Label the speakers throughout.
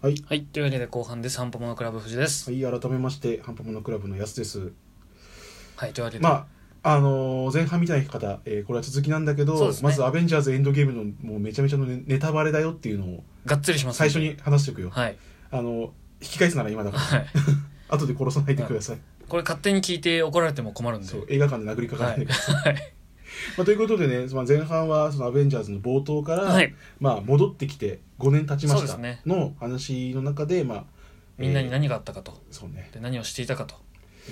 Speaker 1: はい、
Speaker 2: はい、というわけで後半です。散歩モノクラブ藤です。
Speaker 1: はい、改めましてハンパモノクラブのやすです
Speaker 2: はい、というわけで、
Speaker 1: まああのー前半みたいな方、えーこれは続きなんだけ
Speaker 2: そう
Speaker 1: ど、
Speaker 2: ですね
Speaker 1: まず「アベンジャーズエンドゲームの」もうめちゃめちゃのネネタバレだよっていうのを
Speaker 2: がっつりします、
Speaker 1: 最初。に話しておくよ、
Speaker 2: はい。
Speaker 1: あの引き返すなら今だから
Speaker 2: はい。
Speaker 1: 後で殺さないでください、
Speaker 2: これ勝手に聞いて怒られても困るんで。
Speaker 1: そう映画館で殴りかから
Speaker 2: は
Speaker 1: ない
Speaker 2: い。
Speaker 1: でください
Speaker 2: はい。
Speaker 1: まあ、ということでね、まあ、前半はそのアベンジャーズの冒頭から、
Speaker 2: はい
Speaker 1: まあ、戻ってきて5年経ちま
Speaker 2: そう
Speaker 1: し
Speaker 2: で
Speaker 1: た
Speaker 2: すね
Speaker 1: の話の中で、まあ、
Speaker 2: みんなに
Speaker 1: え
Speaker 2: 何があったかと、
Speaker 1: ーそうね
Speaker 2: で何をしていたかと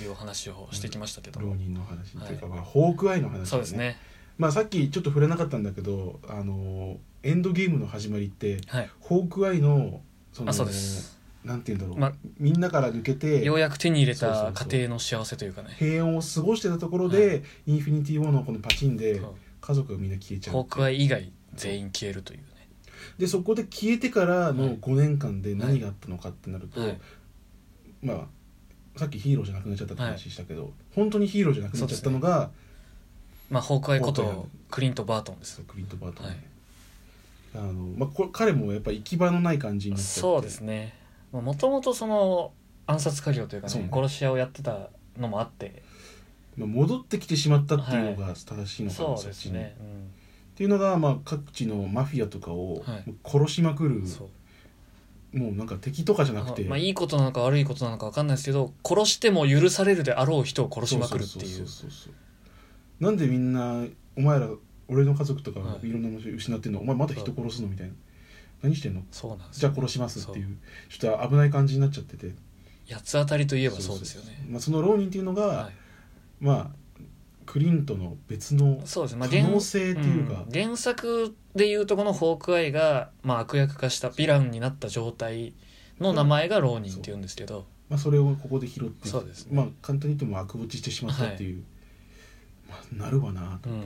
Speaker 2: いうお話をしてきましたけど。
Speaker 1: 浪人の話というか、まあ、ホークアイの話だね
Speaker 2: そうですね。
Speaker 1: まあ、さっきちょっと触れなかったんだけど、あのーエンドゲームの始まりって
Speaker 2: はい。
Speaker 1: ホークアイのその
Speaker 2: あ、そうです。
Speaker 1: なんて言うんだろう、
Speaker 2: ま
Speaker 1: みんなから抜けて
Speaker 2: ようやく手に入れ
Speaker 1: そうそうそ
Speaker 2: た
Speaker 1: う
Speaker 2: 家庭の幸せというかね。
Speaker 1: 平穏を過ごしてたところで、
Speaker 2: は
Speaker 1: インフィニティ・ウォーのこのパチンで
Speaker 2: そう
Speaker 1: 家族がみんな消えちゃう
Speaker 2: ホークアイ以外全員消えるというね。
Speaker 1: でそこで消えてから
Speaker 2: は
Speaker 1: の
Speaker 2: い
Speaker 1: 5年間で何があったのかってなると、
Speaker 2: はい。
Speaker 1: まあさっきヒーローじゃなくなっちゃったって話したけど、本当にヒーローじゃなくなっちゃったのが、
Speaker 2: まあ、ホークアイこ
Speaker 1: ホークアイ
Speaker 2: とクリント・バートンです。
Speaker 1: クリント・バートンね、
Speaker 2: はい
Speaker 1: あのまあ、これ彼もやっぱ行き場のない感じになっちゃって
Speaker 2: そうですねもともとその暗殺家業というか
Speaker 1: そう
Speaker 2: ね
Speaker 1: ね
Speaker 2: 殺し屋をやってたのもあって
Speaker 1: まあ、戻ってきてしまったっていうのが正しいのかな、
Speaker 2: そうで
Speaker 1: っ
Speaker 2: す
Speaker 1: ちにっ
Speaker 2: ね、
Speaker 1: ていうのが、まあ、各地のマフィアとかを
Speaker 2: はい
Speaker 1: 殺しまくる、
Speaker 2: うん、そう
Speaker 1: もうなんか敵とかじゃなくて
Speaker 2: まあいいことなのか悪いことなのか分かんないですけど殺しても許されるであろう人を殺しまくるってい
Speaker 1: そううそうそうそうそうなんでみんなお前ら俺の家族とか
Speaker 2: はい
Speaker 1: いろんなもの失ってんの、お前まだ人殺すのみたいな何してんの
Speaker 2: そうなんです
Speaker 1: じゃあ殺しますっていうちょっと危ない感じになっちゃってて
Speaker 2: 八つ当たりといえばそうですよ
Speaker 1: そうそう
Speaker 2: ね
Speaker 1: そうまあ、その浪人っていうのが、
Speaker 2: はい
Speaker 1: まあクリントの別の
Speaker 2: そうですね、まあ、
Speaker 1: 可能性っていうか
Speaker 2: ん原作でいうとこのホークアイが、まあ、悪役化したヴィランになった状態の名前が浪人っていうんですけど
Speaker 1: まあ、それをここで拾って
Speaker 2: そうですね
Speaker 1: まあ、簡単に言っても悪落ちしてしまったっていう、まあ、なるわなと、
Speaker 2: う
Speaker 1: い
Speaker 2: ん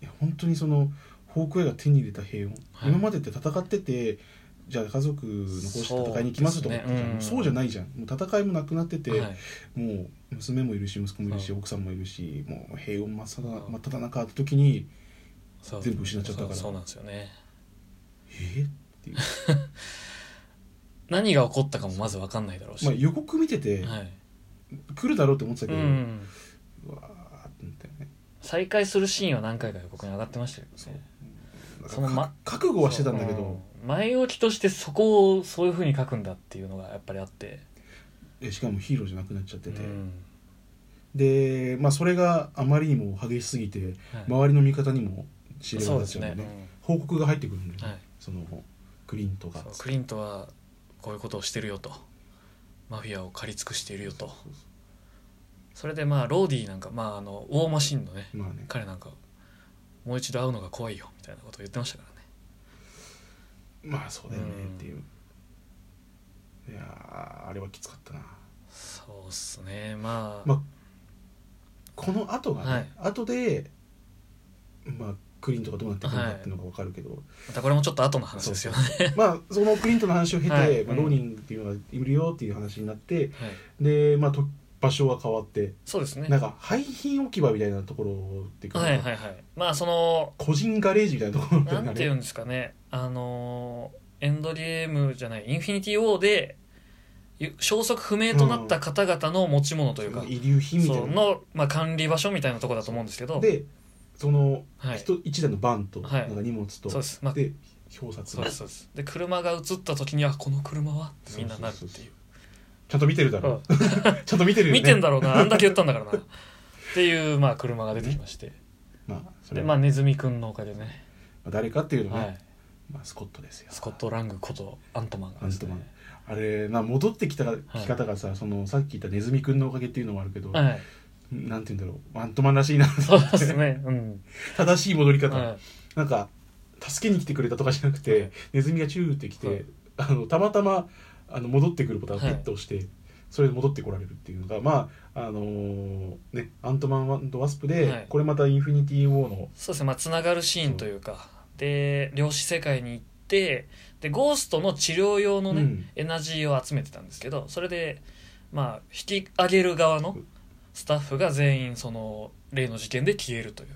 Speaker 1: や本当にそのホークアイが手に入れた平穏、
Speaker 2: はい
Speaker 1: 今までって戦っててじゃあ家族残して戦いに行きますと
Speaker 2: そう
Speaker 1: かって
Speaker 2: ですね
Speaker 1: じゃん
Speaker 2: うん
Speaker 1: そうじゃないじゃんもう戦いもなくなってて、
Speaker 2: はい
Speaker 1: もう娘もいるし息子もいるし
Speaker 2: そう
Speaker 1: 奥さんもいるしもう平穏真っ只
Speaker 2: そう
Speaker 1: 真っ只中って時に
Speaker 2: そう
Speaker 1: 全部失っちゃったから
Speaker 2: そうそうなんですよね
Speaker 1: えっていう、
Speaker 2: 何が起こったかもまず分かんないだろうし、
Speaker 1: まあ、予告見てて、
Speaker 2: はい
Speaker 1: 来るだろうって思ってた
Speaker 2: う
Speaker 1: けど、
Speaker 2: ん、
Speaker 1: うわーって思ったよね
Speaker 2: 再開するシーンは何回か予告に上がってましたけど
Speaker 1: そう
Speaker 2: ね
Speaker 1: なんか
Speaker 2: そのま
Speaker 1: か覚悟はしてたんだけど、
Speaker 2: うん前置きとしてそこをそういうふうに書くんだっていうのがやっぱりあって
Speaker 1: えしかもヒーローじゃなくなっちゃってて、
Speaker 2: うん
Speaker 1: で、まあ、それがあまりにも激しすぎて
Speaker 2: はい
Speaker 1: 周りの味方にも知れ
Speaker 2: そう
Speaker 1: 渡
Speaker 2: で
Speaker 1: っ
Speaker 2: す
Speaker 1: ちゃう
Speaker 2: ね
Speaker 1: んだよね報告が入ってくるんだよね、
Speaker 2: はい
Speaker 1: そのクリント
Speaker 2: う
Speaker 1: が
Speaker 2: んそうクリントはこういうことをしてるよとマフィアを借り尽くしているよと
Speaker 1: そうそ
Speaker 2: それでまあローディなんか、まあ、あのウォーマシンのね
Speaker 1: うまあね
Speaker 2: 彼なんかもう一度会うのが怖いよみたいなことを言ってましたからね
Speaker 1: まあそうだよね
Speaker 2: うん
Speaker 1: っていう、いやーあれはきつかったな、
Speaker 2: そうっすねまあ、
Speaker 1: まあ、この後がね、
Speaker 2: はい
Speaker 1: 後でまあクリントがどうなってくるかっていうのが分かるけど、
Speaker 2: またこれもちょっと後の話ですよね
Speaker 1: まあそのクリントの話を経て、
Speaker 2: はい
Speaker 1: まあ、ローニングっていうのがいるよっていう話になって、
Speaker 2: はい
Speaker 1: で、まあ、と場所は変わって
Speaker 2: そうですね
Speaker 1: なんか廃品置き場みたいなところっていうか、
Speaker 2: はいはいはいまあその
Speaker 1: 個人ガレージみたいなところってい
Speaker 2: な
Speaker 1: うか
Speaker 2: んていうんですかねあのーエンドゲームじゃないインフィニティ・ウォーでゆ消息不明となった方々の持ち物というか、
Speaker 1: 遺留品みた
Speaker 2: そ
Speaker 1: いな
Speaker 2: の、まあ、管理場所みたいなところだと思うんですけど
Speaker 1: でその
Speaker 2: はい、そ
Speaker 1: 一、一台のバンと
Speaker 2: は
Speaker 1: ないんか荷物と、
Speaker 2: うです、まあ、
Speaker 1: で表札
Speaker 2: そう
Speaker 1: が
Speaker 2: です
Speaker 1: ち
Speaker 2: そうですで車が映った時にはこの車はってみんななるって
Speaker 1: そうそう
Speaker 2: い
Speaker 1: そうゃんと見てるだろうちゃんと見てるよね
Speaker 2: 見てんだろうなあんだけ言ったんだからなっていう、まあ、車が出てきまして
Speaker 1: まあそれ
Speaker 2: で、
Speaker 1: は
Speaker 2: ま
Speaker 1: ま
Speaker 2: あ、ネズミくんのおかげでね、
Speaker 1: あ誰かっていうのね、
Speaker 2: はい、
Speaker 1: まあ、スコットですよ
Speaker 2: スコット・ラングことアントマンがですね
Speaker 1: アンあれな戻ってきた来方がさ、そのさっき言ったネズミくんのおかげっていうのもあるけど、
Speaker 2: はい
Speaker 1: なんて言うんだろうアントマンらしいな
Speaker 2: そうですね。 うん。
Speaker 1: 正しい戻り方、
Speaker 2: は
Speaker 1: なんか助けに来てくれたとかじゃなくて、
Speaker 2: はい
Speaker 1: ネズミがチューって来て、
Speaker 2: はい
Speaker 1: あのたまたまあの戻ってくるボタンをピッと押して、それで戻ってこられるっていうのがまああのーねアントマンワスプで、
Speaker 2: はい
Speaker 1: これまたインフィニティ・ウォーの
Speaker 2: そうですね。まあ、つながるシーンというか、で、量子世界に行って、で、ゴーストの治療用のね、
Speaker 1: うん
Speaker 2: エナジーを集めてたんですけど、それで、まあ、引き上げる側のスタッフが全員、その、例の事件で消えるという。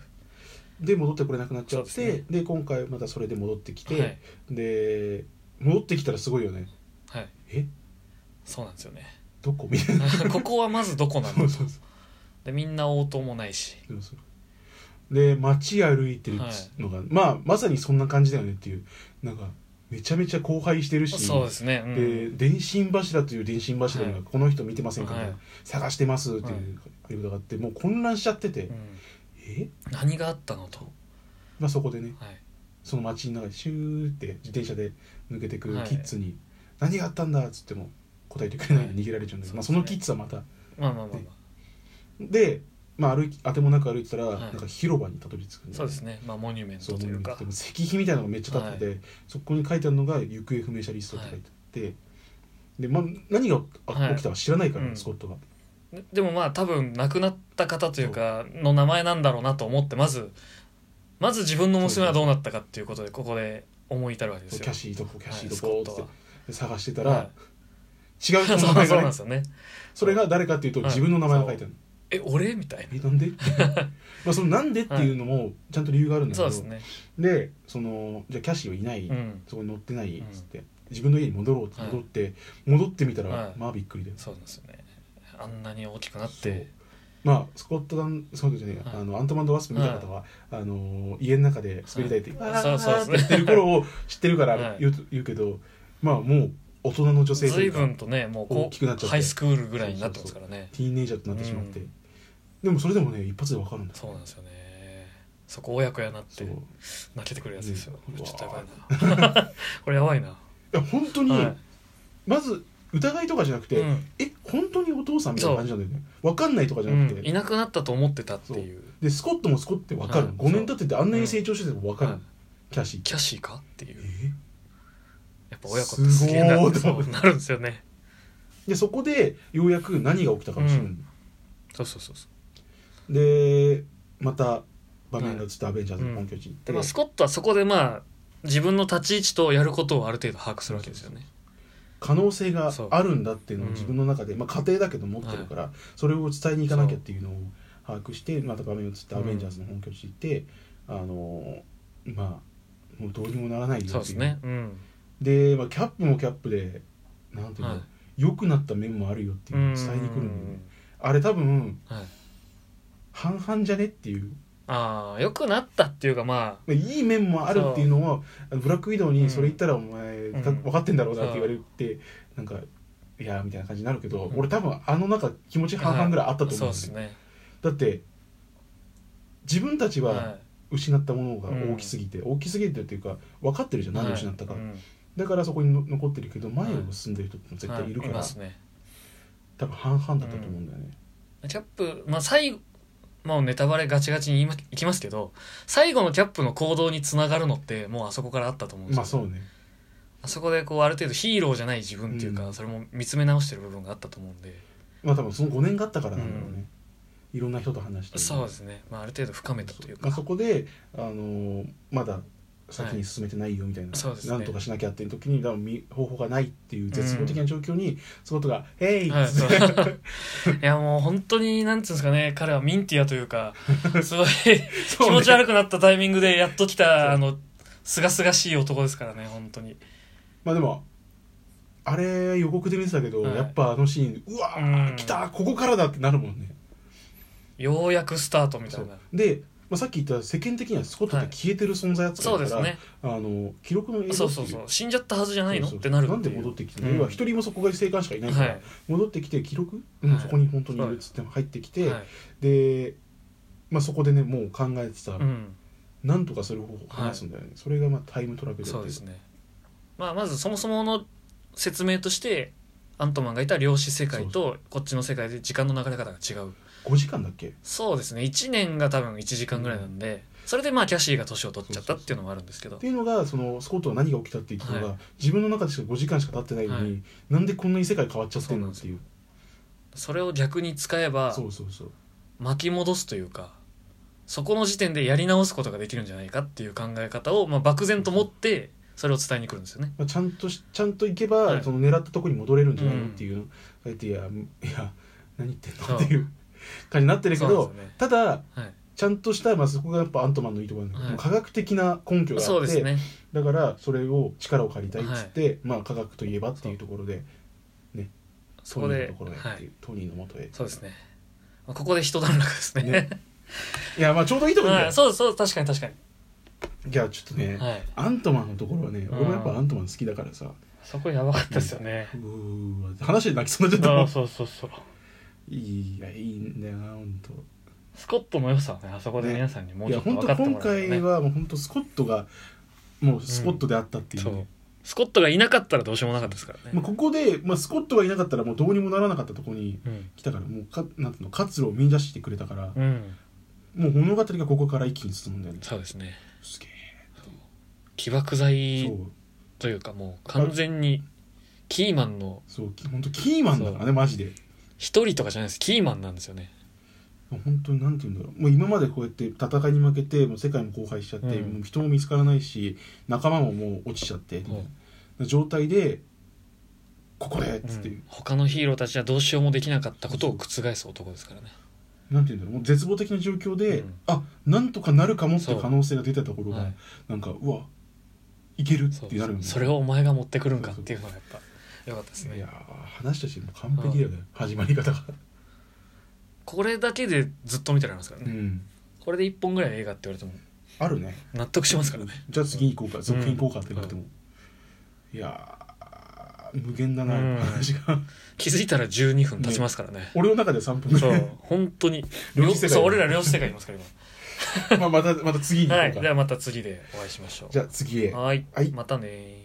Speaker 1: で戻ってこれなくなっちゃっ
Speaker 2: そうで
Speaker 1: てで,、今回またそれで戻ってきて、
Speaker 2: はい
Speaker 1: で戻ってきたらすごいよね
Speaker 2: はい
Speaker 1: え
Speaker 2: そうなんですよね
Speaker 1: どこみたいな
Speaker 2: ここはまずどこなん
Speaker 1: そ
Speaker 2: だ
Speaker 1: う
Speaker 2: と
Speaker 1: そうそ
Speaker 2: でみんな応答もないし
Speaker 1: うそうそうで街歩いてるのが、まあまさにそんな感じだよねっていうなんかめちゃめちゃ荒廃してるし
Speaker 2: そうですね、うん
Speaker 1: で電信柱という電信柱が、
Speaker 2: はい
Speaker 1: この人見てませんか、ら
Speaker 2: はい
Speaker 1: 探してますっていうありがたがあってもう混乱しちゃってて、
Speaker 2: うん
Speaker 1: え、
Speaker 2: 何があったのと、
Speaker 1: まあ、そこでね
Speaker 2: はい、
Speaker 1: その街の中でシューって自転車で抜けてくる
Speaker 2: はい
Speaker 1: キッズに「何があったんだ」っつっても答えてくれないで
Speaker 2: はい
Speaker 1: 逃げられちゃうんだけど、まあ、そ
Speaker 2: そうですね
Speaker 1: のキッズはまた
Speaker 2: まあまあまあ、ま
Speaker 1: で、まあ、歩き当てもなく歩いてたら、
Speaker 2: はい
Speaker 1: なんか広場にたどり着くん
Speaker 2: あ、
Speaker 1: だ
Speaker 2: そうですねまあモニュメン
Speaker 1: そ
Speaker 2: ト
Speaker 1: う
Speaker 2: という
Speaker 1: 思
Speaker 2: か
Speaker 1: う石碑みたいなのがめっちゃ立ってて、そこに書いてあるのが「行方不明者リスト」って書いてあって、で、まあ、何があ
Speaker 2: はい
Speaker 1: 起きたか知らないから、
Speaker 2: うん
Speaker 1: スコットが。
Speaker 2: ででもまあ多分亡くなった方というかの名前なんだろうなと思ってまずまず自分の娘はどうなったかっていうことでここで思い至るわけです
Speaker 1: キ
Speaker 2: よ。
Speaker 1: ャシーどこキャシーど
Speaker 2: は
Speaker 1: こ
Speaker 2: いスコット
Speaker 1: っ
Speaker 2: は
Speaker 1: て探してた
Speaker 2: は
Speaker 1: ら、違う
Speaker 2: い そ
Speaker 1: 人の名
Speaker 2: う そう
Speaker 1: 前が
Speaker 2: な
Speaker 1: ね
Speaker 2: んですよね。
Speaker 1: それが誰かっていうと
Speaker 2: はい
Speaker 1: 自分の名前が書いてある
Speaker 2: え俺みたい
Speaker 1: えなん でまあそのなんでっていうのもちゃんと理由があるん
Speaker 2: な。
Speaker 1: だ
Speaker 2: そう
Speaker 1: け
Speaker 2: です
Speaker 1: ど
Speaker 2: ね。
Speaker 1: でそのじゃあキャシーはいない
Speaker 2: うん。
Speaker 1: そこに乗ってないっ
Speaker 2: うん
Speaker 1: つって自分の家に戻ろうって
Speaker 2: はい
Speaker 1: 戻って戻ってみたら
Speaker 2: はい
Speaker 1: まあびっくりだよ
Speaker 2: そうなんですよね。あんなに大きくなって。
Speaker 1: まあスコットダンそうじゃねえ
Speaker 2: はい
Speaker 1: あのアントマンド・ワスプ見た方はあの家の中で滑り台って「
Speaker 2: はい
Speaker 1: わー」
Speaker 2: そうそう
Speaker 1: っ
Speaker 2: そ
Speaker 1: て
Speaker 2: う
Speaker 1: 言ってる頃を知ってるか
Speaker 2: は
Speaker 1: ら
Speaker 2: い
Speaker 1: 言う言うけどまあもう大人の女性とい
Speaker 2: 随
Speaker 1: うか
Speaker 2: 分とねもう
Speaker 1: 大
Speaker 2: こ
Speaker 1: きくなっちゃって
Speaker 2: うハイスクールぐらいになってますからね。
Speaker 1: ティーンエイジャーとなってしまって、
Speaker 2: うん
Speaker 1: でもそれでもね一発で分かるんだ
Speaker 2: そうなんですよね。そこ親子やなっ
Speaker 1: そ
Speaker 2: て
Speaker 1: うい
Speaker 2: 泣けてくるやつですよ。
Speaker 1: うん
Speaker 2: これちょっとやばいな。 これやばいな。
Speaker 1: や本当に、
Speaker 2: は
Speaker 1: まず疑いとかじゃなく
Speaker 2: い。
Speaker 1: て、
Speaker 2: うん。
Speaker 1: え本当にお父さんみたいな感じなんだよね分かんないとかじゃなくて、
Speaker 2: うんいなくなったと思ってたっていう
Speaker 1: でスコットもスコットって分かる、
Speaker 2: はい
Speaker 1: 5年経っててあんなに成長してても分かる、
Speaker 2: はい
Speaker 1: キャシー
Speaker 2: キャシーかっていう
Speaker 1: え
Speaker 2: やっぱ親子ってすげえなって
Speaker 1: すごー
Speaker 2: そうなるんですよね
Speaker 1: でそこでようやく何が起きたかもしれない、
Speaker 2: そうそうそうそう
Speaker 1: でまた場面が映ってアベンジャーズの本拠地に行って、
Speaker 2: で、まあ、スコットはそこでまあ自分の立ち位置とやることをある程度把握するわけですよね
Speaker 1: 可能性が
Speaker 2: そう
Speaker 1: あるんだっていうのを自分の中で、まあ、家庭だけど持ってるから、それを伝えに行かなきゃっていうのを把握してまた画面を映って「アベンジャーズ」の本拠地行って、あのーまあもうどうにもならないよってい
Speaker 2: そうですねうん
Speaker 1: で、まあ、キャップもキャップでなんていうの、
Speaker 2: はい
Speaker 1: 良くなった面もあるよっていうのを伝えに来るんだよねあれ多分
Speaker 2: うんはい
Speaker 1: 半々じゃねっていう、
Speaker 2: ああ良くなったっていうかま
Speaker 1: まあ、いい面もあるっていうのをあのブラックウィドウ
Speaker 2: う
Speaker 1: に
Speaker 2: ん
Speaker 1: それ言ったらお前、
Speaker 2: ん
Speaker 1: た分かってんだろうなって言われて、なんかいやーみたいな感じになるけど、
Speaker 2: うん
Speaker 1: 俺多分あの中気持ち
Speaker 2: あ
Speaker 1: 半々ぐらいあったと思うんだ
Speaker 2: そう
Speaker 1: よ
Speaker 2: ですね
Speaker 1: だって自分たちは
Speaker 2: は
Speaker 1: 失ったものが大きすぎて、大きすぎてっていうか分かってるじゃ
Speaker 2: い
Speaker 1: ん何を失ったか、
Speaker 2: はいうん
Speaker 1: だからそこにの残ってるけど前を進んでる人って絶対いるから、
Speaker 2: はいますね
Speaker 1: 多分半々だったと思うんだよね、
Speaker 2: キャップまあ最後もうネタバレガチガチに言いまいきますけど最後のキャップの行動につながるのってもうあそこからあったと思うんです
Speaker 1: ま
Speaker 2: よ
Speaker 1: あそうね
Speaker 2: あそこでこうある程度ヒーローじゃない自分っていうか、
Speaker 1: うん
Speaker 2: それも見つめ直してる部分があったと思うんで、
Speaker 1: まあ多分その5年があったからなんだろうね、いろんな人と話して
Speaker 2: そうですね、まあ、ある程度深めたという
Speaker 1: ま
Speaker 2: か
Speaker 1: あ、そこで、あのーまだ先に進めてないよみたいな、
Speaker 2: はいそうですね
Speaker 1: なんとかしなきゃっていう時に多分み方法がないっていう絶望的な状況に、そのことが「ヘイ!」っ
Speaker 2: はい
Speaker 1: つ
Speaker 2: そ
Speaker 1: っ
Speaker 2: う
Speaker 1: て、
Speaker 2: いやもう本当になんていうんですかね彼はミンティアという かすご
Speaker 1: そ
Speaker 2: い
Speaker 1: う
Speaker 2: 気
Speaker 1: ね
Speaker 2: 持ち悪くなったタイミングでやっと来たあのすがすがしい男ですからね本当に
Speaker 1: まあでもあれ予告で見てたけど、
Speaker 2: はい
Speaker 1: やっぱあのシーンうわー、
Speaker 2: うん
Speaker 1: 来たここからだってなるもんね
Speaker 2: ようやくスタートみた
Speaker 1: そ
Speaker 2: いうな
Speaker 1: で、まあ、さっき言った世間的にはスコットって消えてる存在扱
Speaker 2: そう
Speaker 1: い
Speaker 2: で
Speaker 1: だ
Speaker 2: す
Speaker 1: から、
Speaker 2: ね
Speaker 1: あの記録の映像
Speaker 2: そうそうそう死んじゃったはずじゃないの
Speaker 1: そうそう
Speaker 2: ってなる
Speaker 1: な
Speaker 2: っ
Speaker 1: ん
Speaker 2: て
Speaker 1: で
Speaker 2: いう
Speaker 1: 戻ってきて、ね
Speaker 2: うん
Speaker 1: 要は一人もそこが生還しかいないか
Speaker 2: は
Speaker 1: ら、
Speaker 2: い
Speaker 1: 戻ってきて記録、
Speaker 2: はい
Speaker 1: うんそこに本当にいるっつって入ってきて、
Speaker 2: はい
Speaker 1: で、まあ、そこでねもう考えてた、
Speaker 2: うん
Speaker 1: なんとかする方法を話すんだよね、それがまあタイムトラベルだ
Speaker 2: そう
Speaker 1: っ
Speaker 2: で
Speaker 1: て
Speaker 2: すね、まあ、まずそもそもの説明としてアントマンがいた量子世界とこっちの世界で時間の流れ方が違う
Speaker 1: 5時間だっけ
Speaker 2: そうですね1年が多分1時間ぐらいなんで、それでまあキャシーが年を取っちゃったっていうのもあるんですけ
Speaker 1: っ
Speaker 2: ど
Speaker 1: ていうのがそのスコットは何が起きたって言ったのが、
Speaker 2: は
Speaker 1: 自分の中でしか5時間しか経ってないのに、
Speaker 2: は
Speaker 1: なんでこんなに世界変わっちゃってるのっていう
Speaker 2: それを逆に使えば
Speaker 1: そうそうそう
Speaker 2: 巻き戻すというかそこの時点でやり直すことができるんじゃないかっていう考え方をまあ漠然と持ってそれを伝えに来るんですよね。
Speaker 1: まあ、ちゃんとしちゃんと行けば、
Speaker 2: はい
Speaker 1: その狙ったとこに戻れるんじゃないのっていうの、えていやいや何言ってん
Speaker 2: そ
Speaker 1: の
Speaker 2: う
Speaker 1: っていう感じになってるけ
Speaker 2: そう
Speaker 1: ど、
Speaker 2: なんですよね
Speaker 1: ただ
Speaker 2: はい
Speaker 1: ちゃんとした、まあ、そこがやっぱアントマンのいいところなんだけど、
Speaker 2: はい
Speaker 1: 科学的な根拠が
Speaker 2: そ
Speaker 1: あっ
Speaker 2: うで
Speaker 1: て、
Speaker 2: すね
Speaker 1: だからそれを力を借りたいっつって、まあ科学といえばっていうところでトニ
Speaker 2: そこ
Speaker 1: ーの
Speaker 2: で
Speaker 1: ところへ
Speaker 2: は
Speaker 1: ってい、
Speaker 2: いう
Speaker 1: トニーの元へ
Speaker 2: そうですねまあここで一段落ですね
Speaker 1: ねいやまあちょうどいいところだ
Speaker 2: は
Speaker 1: よ
Speaker 2: い、そうそう確かに確かに
Speaker 1: いやちょっとね、
Speaker 2: はい
Speaker 1: アントマンのところはね
Speaker 2: うん
Speaker 1: 俺もやっぱアントマン好きだからさ
Speaker 2: そこやばかったですよね
Speaker 1: うーわ話で泣きそうになっち
Speaker 2: あ
Speaker 1: ゃ
Speaker 2: あ
Speaker 1: っ
Speaker 2: そうそうそう
Speaker 1: たいいいやいいんだよな本当
Speaker 2: スコットの良さをねあそこで皆さんにもう
Speaker 1: い
Speaker 2: ちょ
Speaker 1: や
Speaker 2: っと
Speaker 1: 本
Speaker 2: 分
Speaker 1: 当
Speaker 2: かっても
Speaker 1: 今
Speaker 2: らえたら
Speaker 1: 回
Speaker 2: ね
Speaker 1: はもう本当スコットがもうスコットであったっていう,、
Speaker 2: そ
Speaker 1: ね
Speaker 2: うスコットがいなかったらどうしようもなかったですから
Speaker 1: ま
Speaker 2: ね
Speaker 1: あ、ここで、まあ、スコットがいなかったらもうどうにもならなかったところに
Speaker 2: うん
Speaker 1: 来たからもうかなんていうの活路を見出してくれたから、
Speaker 2: うん
Speaker 1: もう物語がここから一気に進むんだよね
Speaker 2: そうですね
Speaker 1: すげ
Speaker 2: 起爆
Speaker 1: えそ
Speaker 2: 剤
Speaker 1: う
Speaker 2: というかもう完全にキーマンの
Speaker 1: そうき本当キーマンだからねマジで
Speaker 2: 一人とかじゃないですキーマンなんですよね
Speaker 1: 本当になんて言うんだろうもう今までこうやって戦いに負けてもう世界も荒廃しちゃって、
Speaker 2: うん
Speaker 1: もう人も見つからないし仲間ももう落ちちゃってみたいな状態でここでっつって、
Speaker 2: うん他のヒーローたちはどうしようもできなかったことを覆す男ですからね
Speaker 1: なんて言うんだろうもう絶望的な状況で、
Speaker 2: うん
Speaker 1: あなんとかなるかもって
Speaker 2: そう
Speaker 1: 可能性が出てたところが、
Speaker 2: はい
Speaker 1: なんかうわいけるっ
Speaker 2: そ
Speaker 1: てなるよ
Speaker 2: う
Speaker 1: ね
Speaker 2: それをお前が持ってくるんかっていうのがやっぱ良かったです
Speaker 1: い
Speaker 2: ね
Speaker 1: やー話としても完璧だよね始まり方が
Speaker 2: これだけでずっと見てられますから
Speaker 1: う
Speaker 2: ね
Speaker 1: ん
Speaker 2: これで一本ぐらい映画って言われても
Speaker 1: あるね
Speaker 2: 納得しますからね
Speaker 1: じゃあ次に行こうか続編行こうかってなっても、いやー無限だな、
Speaker 2: うん
Speaker 1: 話が
Speaker 2: 気づいたら12分経ちますからね
Speaker 1: 俺の中では3分ぐ
Speaker 2: そ
Speaker 1: ら
Speaker 2: う
Speaker 1: い
Speaker 2: 本 当に
Speaker 1: 両
Speaker 2: 両
Speaker 1: 世界
Speaker 2: そう俺ら両世界いますか ら
Speaker 1: まあまたまた次に
Speaker 2: 今
Speaker 1: 行こう
Speaker 2: はい
Speaker 1: か、
Speaker 2: ではまた次でお会いしましょう
Speaker 1: じゃあ次へ
Speaker 2: はい
Speaker 1: はい
Speaker 2: またねー